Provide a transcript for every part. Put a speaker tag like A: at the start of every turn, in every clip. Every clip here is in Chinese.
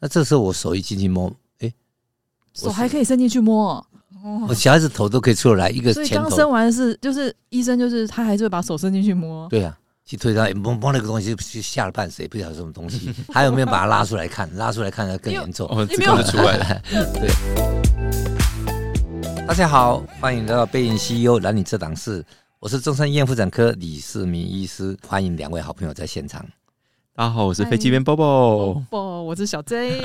A: 那这时候我手一进去摸，哎、
B: 手还可以伸进去摸哦。
A: 我小孩子头都可以出得来，一个
B: 所以
A: 前
B: 刚生
A: 头，
B: 完是就是医生就是他还是会把手伸进去摸，
A: 对啊，去推他，摸摸那个东西就吓了半死，也不晓得什么东西， 还有没有把它拉出来看？拉出来看它更严重。
C: 哦，这
B: 没
C: 看
B: 有
C: 得出来了。
A: 大家好，欢迎来到背影西游男女这档事，我是中山医院妇产科李世民医师，欢迎两位好朋友在现场。
C: 大家好，我是飞机边
B: 哦
C: Bobo，
B: 不，我是 小 J。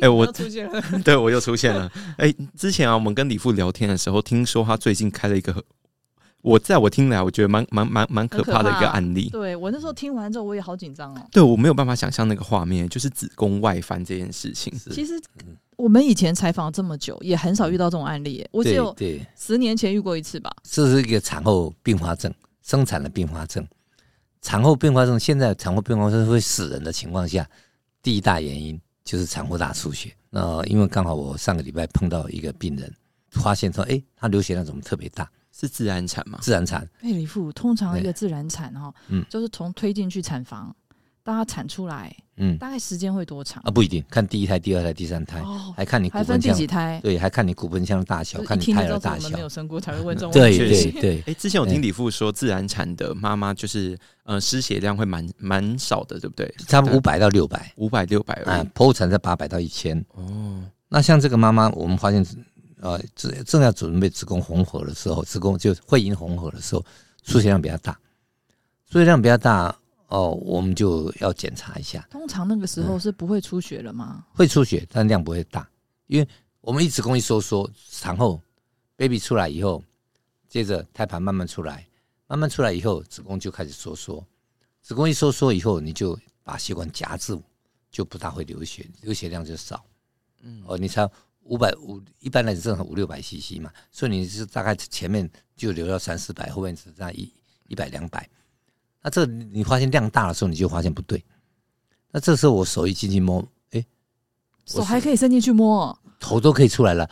C: 哎我
B: 又出现了，
C: 对我又出现了。哎、之前啊，我们跟李富聊天的时候，听说他最近开了一个， 我在我听来，我觉得蛮蛮蛮蛮可怕的一个案 例。
B: 对我那时候听完之后我也好紧张哦。
C: 对我没有办法想象那个画面，就是子宫外翻这件事情。
A: 是嗯
B: 其实我们以前采访这么久，也很少遇到这种案例耶，我只
A: 嗯对
B: 有
A: 对，
B: 十年前遇过一次吧。
A: 这是一个产后并发症，生产的并发症。产后并发症现在产后并发症会死人的情况下，第一大原因就是产后大出血。那因为刚好我上个礼拜碰到一个病人，发现说，哎，他流血量怎么特别大？
C: 是自然产吗？
A: 自然产，
B: 哎，李富，通常
A: 对
B: 一个自然产哈，
A: 嗯
B: 就是从推进去产房到它产出来，
A: 嗯
B: 大概时间会多长
A: 啊？不一定，看第一胎、第二胎、第三胎，
B: 哦，
A: 还看你骨
B: 还分
A: 盆
B: 第
A: 腔，
B: 几胎？
A: 对，还看你骨盆腔的大小，
B: 就是
A: 看
B: 一
A: 你
B: 听就
A: 胎
B: 知
A: 儿
B: 道
A: 的
B: 是我
A: 大
B: 们
A: 小
B: 没。有生过才会问这种问
A: 对
B: 题。
C: 确
A: 对
C: 实
A: 对，
C: 哎、之前我
A: 对
C: 听李富说，自然产的妈妈就是呃失血量会蛮蛮少的，对不对？
A: 差不多五百到六百
C: 五百六百而
A: 啊
C: 已。，
A: 剖腹产在八百到一千。
C: 哦，
A: 那像这个妈妈，我们发现，呃，正正要准备子宫缝合的时候，子宫就会阴缝合的时候，出血量比较大，出血量比较大哦，我们就要检查一下，
B: 通常那个时
A: 嗯
B: 候是不会出血了吗？
A: 会出血，但量不会大，因为我们一子宫一收缩，产后 baby 出来以后，接着胎盘慢慢出来，慢慢出来以后，子宫就开始收缩，子宫一收缩以后，你就把血管夹住，就不大会流血，流血量就少。
C: 嗯，
A: 哦，你才五百五，一般来讲正常五六百 CC 嘛，所以你是大概前面就留到三四百，后面只占一一百两百。那这你发现量大的时候，你就发现不对。那这时候我手一进去摸，哎、
B: 手还可以伸进去摸哦，
A: 头都可以出来了，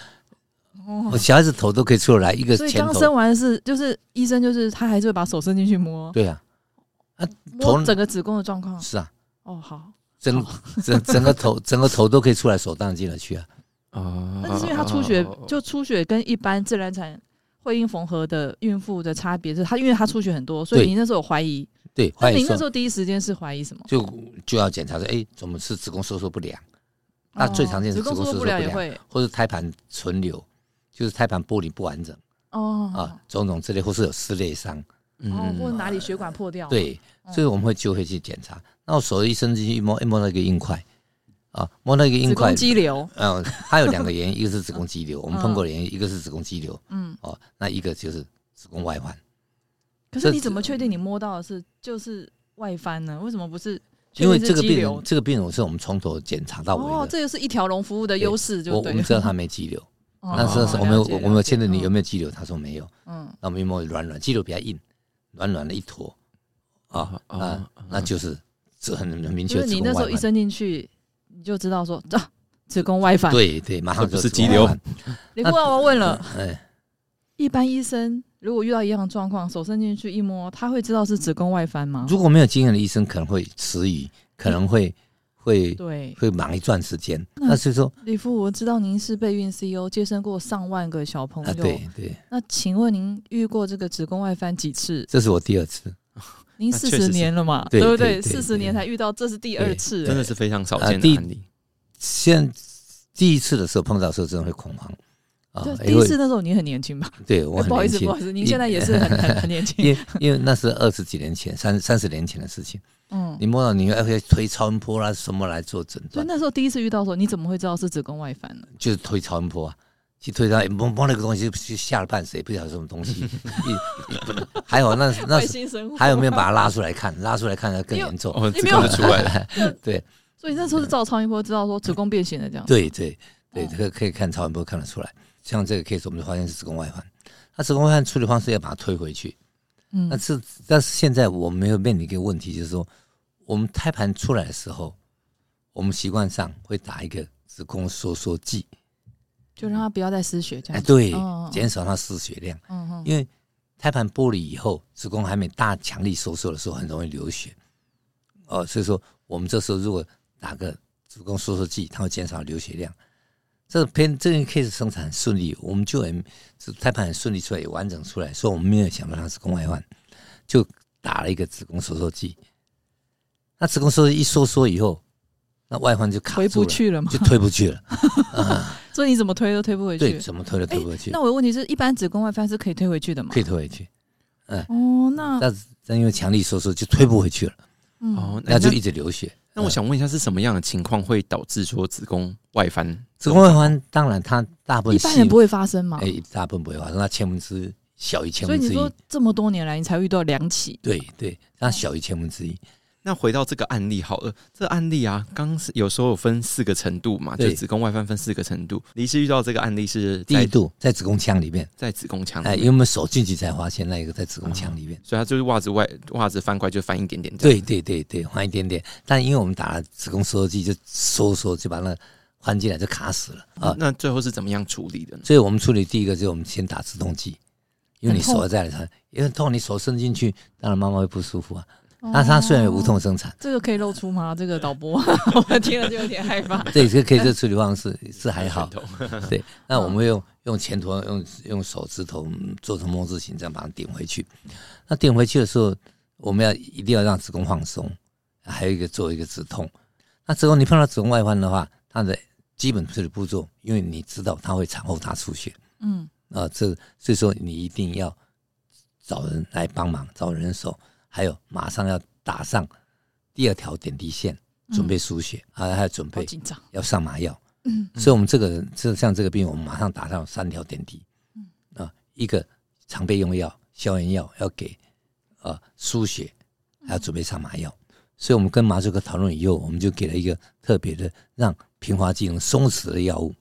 A: 我
B: 哦，
A: 小孩子头都可以出得来，一个
B: 所以
A: 前
B: 刚生
A: 头，
B: 完是就是医生就是他还是会把手伸进去摸，
A: 对啊，
B: 摸
A: 头
B: 整个子宫的状况。
A: 是啊，
B: 哦，好，
A: 整整整个 头整个头都可以出来，手当然进得去啊，
C: 哦
B: 但是因为他出血，就哦出血跟一般自然产会阴缝合的孕妇的差别是，他因为他出血很多，所以
A: 对
B: 您那时候有怀疑，
A: 对，
B: 那
A: 怀疑
B: 您那时
A: 说
B: 候第一时间是怀疑什么？
A: 就就要检查说，哎、怎么是子宫收缩不良？那最常见是
B: 哦子宫
A: 子宫收
B: 收
A: 缩不
B: 缩不良
A: 良
B: 也会
A: 或是胎盘存留，就是胎盘剥离不完整
B: 哦
A: 啊，种种之类，或是有撕裂伤，
B: 哦，或者
C: 嗯，
B: 哪里血管破掉，，
A: 对，
B: 嗯
A: 所以我们会就会去检查。那我手一伸进去一摸，一摸到一个硬块，啊，摸到一个硬
B: 子
A: 块
B: 宫，肌瘤，
A: 嗯，它有两个原因，一个是子宫肌瘤，我们碰过的原因，一个是子宫肌瘤，
B: 嗯，
A: 哦，那一个就是子宫外翻，
B: 可
A: 这
B: 是你怎么确定你摸到的是就是外翻呢？为什么不是？
A: 因为这个
B: 肌
A: 病
B: 瘤
A: 人，这个病人是我们从头检查到
B: 哦
A: 尾，的，
B: 这就是一条龙服务的优势，就
A: 我我
B: 对
A: 们
B: 了。
A: 知道他没肌 瘤，
B: 哦
A: 那时候是我们有
B: 了解
A: 我们有确认
B: 了
A: 你
B: 解哦
A: 有没有肌瘤，他说没有，
B: 嗯
A: 那我们一摸软软，肌瘤比较硬，软软的一坨，啊
C: 哦
A: 啊
C: 哦，
A: 那就是这很很明
B: 就
A: 确
B: 是
A: 子
B: 你
A: 宫
B: 那时
A: 外
B: 候一
A: 翻。
B: 伸进去，你就知道说啊，子宫外翻。
A: 对对，马上
C: 这
A: 就
C: 不
A: 是
C: 是
A: 子宫
C: 肌瘤
A: 外翻。
B: 你不要我问了，
A: 哎，
B: 一般医生如果遇到一样的状况，手伸进去一摸，他会知道是子宫外翻吗？
A: 如果没有经验的医生，可能会迟疑，可能会会
B: 嗯对，
A: 会忙一段时间。
B: 那
A: 那所以说
B: 李富，我知道您是备孕 CEO，接生过上万个小朋
A: 啊，
B: 友。
A: 对对，
B: 那请问您遇过这个子宫外翻几次？
A: 这是我第二次，
B: 您
C: 那
B: 四
C: 确
B: 十
C: 实是
B: 年了嘛，
A: 对对
B: 不对？
A: 对
B: 四十
A: 对
B: 年才遇到，这是第
A: 对
B: 二次，
C: 真的
B: 哎
C: 是非常少
A: 啊
C: 见
A: 第
C: 的案例。
A: 现第一次的时候碰到的时候真的会恐慌啊
B: 对，
A: 因
B: 第一
A: 为
B: 次那时候你很年轻吧？
A: 对 我
B: 哎
A: 很
B: 不好意
A: 年
B: 思，
A: 轻
B: 不，好意思，您现在也 是很很很年轻。
A: 因为因为那是二十几年前，三三十年前的事情。
B: 嗯，
A: 你摸到你要要推超音波啦啊什么来做诊
B: 所
A: 断
B: 以，那时候第一次遇到的时候，你怎么会知道是子宫外翻呢？
A: 就是推超音波啊，去推它，摸摸那个东西就吓了半死，也不晓得什么 东西。一一不能还好那那
B: 外星生活
A: 还有没有把它拉出来看？拉出来看它更严重。
C: 哦，
B: 你
C: 这
B: 没
C: 看
B: 有
C: 得出 来了。
B: 所以那时候是照超音波知道说子宫变形了这样。
A: 对对对，
B: 哦
A: 这个可以看超音波看得出来。像这个 case，我们就发现是子宫外翻。那子宫外翻处理方式要把它推回去。
B: 嗯
A: 但是但是现在我们有面临一个问题，就是说我们胎盘出来的时候，我们习惯上会打一个子宫收缩剂。
B: 就让他不要再失血这
A: 哎，
B: 样。
A: 对
B: 哦哦，
A: 减少它失血量。
B: 嗯嗯，
A: 因为胎盘剥离以后，子宫还没大强力收缩的时候，很容易流血。哦，所以说我们这时候如果打个子宫收缩剂，它会减少流血量。这个偏这个 case 生产很顺利，我们就很胎盘很顺利出来，也完整出来，所以我们没有想到它是宫外患，就打了一个子宫收缩剂。那子宫收缩一收缩以后，那外患就卡住
B: 回
A: 了，
B: 不去了嘛
A: 就，推不去了。啊，
B: 所以你怎么推都推不回
A: 对，
B: 去。
A: 怎么推都推不回去，
B: 那我的问题是，一般子宫外翻是可以推回去的吗
A: 可？以推回去，
B: 哦，那
A: 但是但因为强力收缩就推不回去了，
B: 嗯
C: 哦，那
A: 那就
C: 那
A: 一直流血。
C: 那我想问一下，是什么样的情况会导致说子宫外翻？
A: 子宫外患当然它大部分
B: 一般人
A: 细
B: 不会发生嘛
A: 哎、。大部分不会发生，那千分之小于千
B: 所以
A: 分
B: 你
A: 之一
B: 说，这么多年来，你才遇到两起，
A: 对对，那小于千分之一，
C: 那回到这个案例好了，这案例啊，刚是有时候有分四个程度嘛，就
A: 对
C: 子宫外翻分四个程度。你是遇到这个案例是
A: 第一
C: 在
A: 度在子宫腔里面，
C: 在子宫
B: 嗯
C: 腔里
A: 哎，
C: 面，
A: 因为我们手进去才发现那一个在子宫腔里面，
C: 所以它就是袜子外袜子翻过来就翻一点点这样。
A: 对对对对，换一点点，但因为我们打了子宫收缩剂，就收缩就把那换进来就卡死了啊，
C: 那最后是怎么样处理的呢？
A: 所以我们处理第一个就是我们先打止痛剂，因为你
B: 很痛
A: 手在它，因为痛你手伸进去，当然妈妈会不舒服啊，但是它虽然有无痛
B: 哦，
A: 生产，
B: 这个可以露出吗？这个导 播，我听了就有点害怕。
A: 这也是可以这处理方式是还好
C: 拳，头，
A: 对，那我们会用用前头用用手指头嗯做成摸字形，这样把它顶回去。那顶回去的时候，我们要一定要让子宫放松，还有一个做一个止痛。那之后你碰到子宫外翻的话，它的基本处理步骤，因为你知道它会产后大出血
B: 嗯，
A: 啊、这所以说你一定要找人来帮忙，找人手，还有马上要打上第二条点滴线，准备输血，啊还、还有准
B: 好
A: 备
B: 紧张。
A: 要上麻药。
B: 嗯
A: 所以我们这个这像这个病，我们马上打上三条点滴，
B: 嗯
A: 啊，一个常备用药、消炎药要给，啊，输血，还要准备上麻药。所以我们跟麻醉科讨论以后，我们就给了一个特别的让平滑肌能松弛的药物，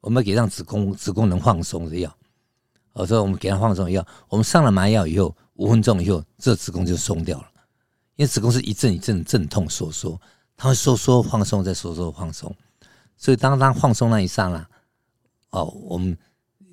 A: 我们给让子宫子宫能放松的药。我说我们给它放松的药，我们上了麻药以后，五分钟以后，这子宫就松掉了，因为子宫是一阵一阵阵痛收缩，它会收缩放松再收缩放松。所以当他放松那一刹那，哦，我们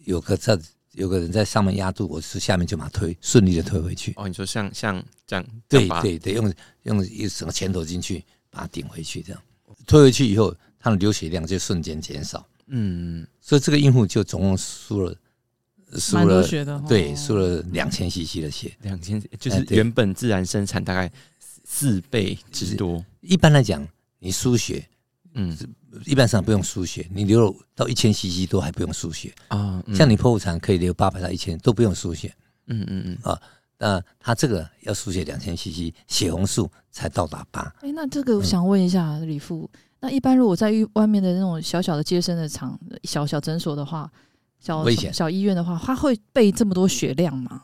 A: 有个在有个人在上面压住，我是下面就把他推顺利的推回去。
C: 哦，你说像像这样，这
A: 对
C: 样吧，
A: 对对，用用一整个拳头进去把它顶回去，这样推回去以后，他的流血量就瞬间减少。
C: 嗯，
A: 所以这个孕妇就总共输了输
B: 蛮多
A: 了
B: 血的哦
A: 对输了两千 CC 的血。
C: 两千就
A: 哎
C: 是
A: 对
C: 原本自然生产大概四四倍之多，
A: 一般来讲，你输血
C: 嗯
A: 一般上不用输血，你流到一千 CC 都还不用输血。
C: 啊，嗯
A: 像你剖腹产可以流八百到一千都不用输血，
C: 嗯嗯嗯，
A: 那它这个要输血两千 CC，血红素才到达八。
B: 哎，那这个我想问一下李富，那一般如果在遇外面的那种小小的接生的场、小小诊所的话，小
A: 危险
B: 小医院的话，他会备这么多血量吗？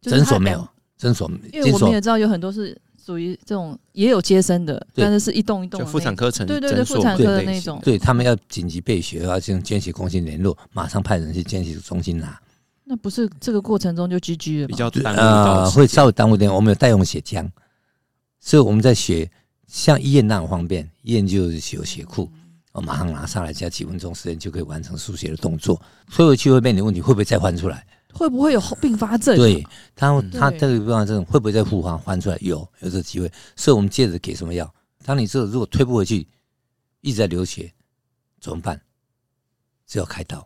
B: 就是
A: 诊
B: 它
A: 所没
B: 两
A: 有，，诊所
B: 因为
A: 诊
B: 我们也
A: 所
B: 知道有很多是属于这种也有接生的，
A: 对
B: 但是是一栋一栋
C: 就
B: 的
C: 妇
B: 那
C: 产科诊
B: 对对对，
C: 诊
B: 妇
C: 所
B: 产科的
C: 类
B: 那
C: 型
B: 种，
A: 对他们要紧急备血，要用捐血中心联络，马上派人去捐血中心拿。
B: 那不是这个过程中就 GG 了
C: 比
B: 吗？
C: 较单误到
A: 呃，
C: 时
A: 会
C: 间
A: 稍微耽误点。我们有代用血浆，所以我们在血像医院那很方便，医院就是有血库，我马上拿上来，只要几分钟时间就可以完成输血的动作。推回去会被你问题会不会再翻出来？
B: 会不会有后并发症？啊
A: 对，它
C: 嗯
A: 它
B: 对
A: 这个地方这种会不会再复发翻出来？有有这机会，所以我们接着给什么药？当你这个如果推不回去，一直在流血，怎么办？只有开刀。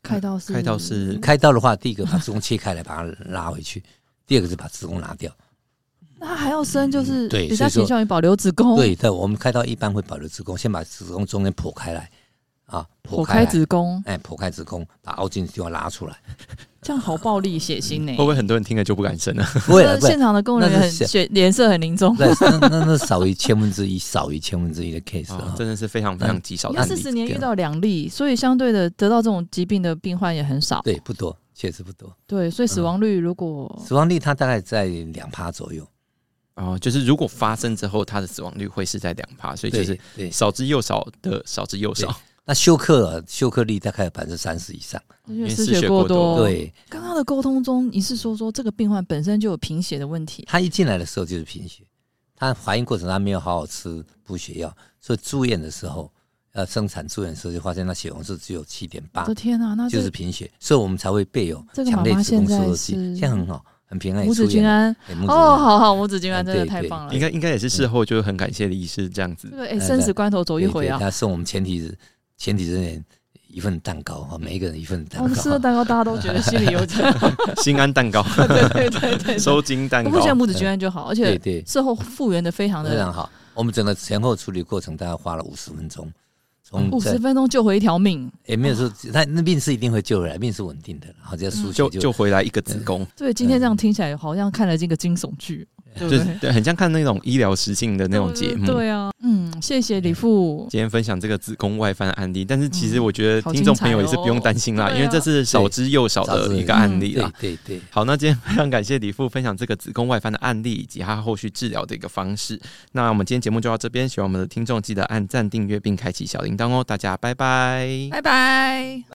B: 开刀是
C: 开刀
B: 嗯
C: 是
A: 开刀的话，第一个把子宫切开来，把它拉回去；第二个是把子宫拿掉。
B: 那他还要生，就是
A: 嗯对
B: 比
A: 所
B: 较
A: 以说
B: 倾向于保留子宫，
A: 对对，我们开刀一般会保留子宫，先把子宫中间剖开来，啊，
B: 剖
A: 剖
B: 开
A: 开来，
B: 子宫，
A: 哎，剖开子宫，把凹进的地方拉出来。
B: 这样好暴力血 腥呢、
C: 会不会很多人听了就不敢 生了？
A: 不啊会了，
B: 那
A: 不会
B: 现场的工人也
A: 那
B: 很
A: 是血
B: 血脸色很凝重，
A: 那那那那少于千分之一，少于千分之一的 case
C: 啊
A: 啊，
C: 真的是非常非常极少
B: 因
C: 的
B: 为
C: 案
B: 四
C: 例。
B: 十年
A: 对
B: 遇
A: 啊
B: 到两例，所以相对的得到这种疾病的病患也很少。
A: 对，不多，确实不多。
B: 对所以死亡率如果、
A: 死亡率它大概在两趴左右，
C: 哦，就是如果发生之后，它的死亡率会是在两趴，所以就
A: 对
C: 是
A: 对。
C: 少之又少的少之又少。
A: 那休克休克率大概百分之三十以上，
B: 因为
C: 为
B: 失
C: 失血
B: 过
C: 过多哦。
A: 对
B: 刚刚的沟通中，你是说说这个病患本身就有贫血的问题，
A: 她一进来的时候就是贫血，她怀孕过程她没有好好吃补血药，所以住院的时候，呃，生产住院的时候就发现她血红素只有七点八
B: 我的，天啊，那这
A: 就是贫血，所以我们才会备有
B: 这个
A: 强
B: 妈
A: 烈
B: 妈
A: 子宫
B: 现
A: 收
B: 在
A: 缩
B: 是
A: 剂，现在很好，很平安也
B: 母
A: 出
B: 子均
A: 院了，
B: 安
A: 哎母子均
B: 哦，
A: 安
B: 好好，母子均安
A: 嗯
B: 真的
A: 对
B: 太
A: 对
B: 棒了
C: 应。该应该也是事后就很感谢李医师这样子
B: 这。 个哎，
A: 哎
B: 生死
A: 对
B: 关头走一
A: 对
B: 回
A: 对
B: 啊！
A: 他送我们全体全体人员一份蛋糕哈，每一个人一份蛋
B: 哦，
A: 糕，
B: 吃了蛋糕，大家都觉得心里 有点，
C: 心安蛋糕，
B: 对对对 对对。
C: 收金蛋
B: 不过现在
C: 糕，
B: 母子均安就好，而
A: 对
B: 且
A: 对，
B: 事后复原的非常
A: 非
B: 的
C: 啊
A: 常好。我们整个前后处理过程大概花了五十分钟，从
B: 哦五
A: 在
B: 十分钟救回一条命，
A: 也没有说他那病是一定会救回来，病是稳定的，然后只要
B: 嗯
A: 输血
C: 就
A: 就
C: 就回来一个子宫，
B: 对，今天这样听起来好像看了这个惊悚剧，对
C: 就
B: 不
C: 是
B: 对？
C: 对，很像看那种医疗实境的那种节目。
B: 对啊，嗯，谢谢李富，
C: 今天分享这个子宫外翻案例，但是其实
B: 嗯
C: 我觉得
B: 好
C: 听众
B: 精彩
C: 朋友也是不用
B: 哦
C: 担心啦，
B: 对嗯啊
C: 因为这是少之又少
A: 少
C: 的
A: 之
C: 一个案例啦
A: 对。对对，
C: 好，那今天非常感谢李富分享这个子宫外翻的案例以及他后续治疗的一个方式。那我们今天节目就到这边，喜欢我们的听众记得按赞、订阅并开启小铃铛哦，大家拜拜。
B: 拜拜。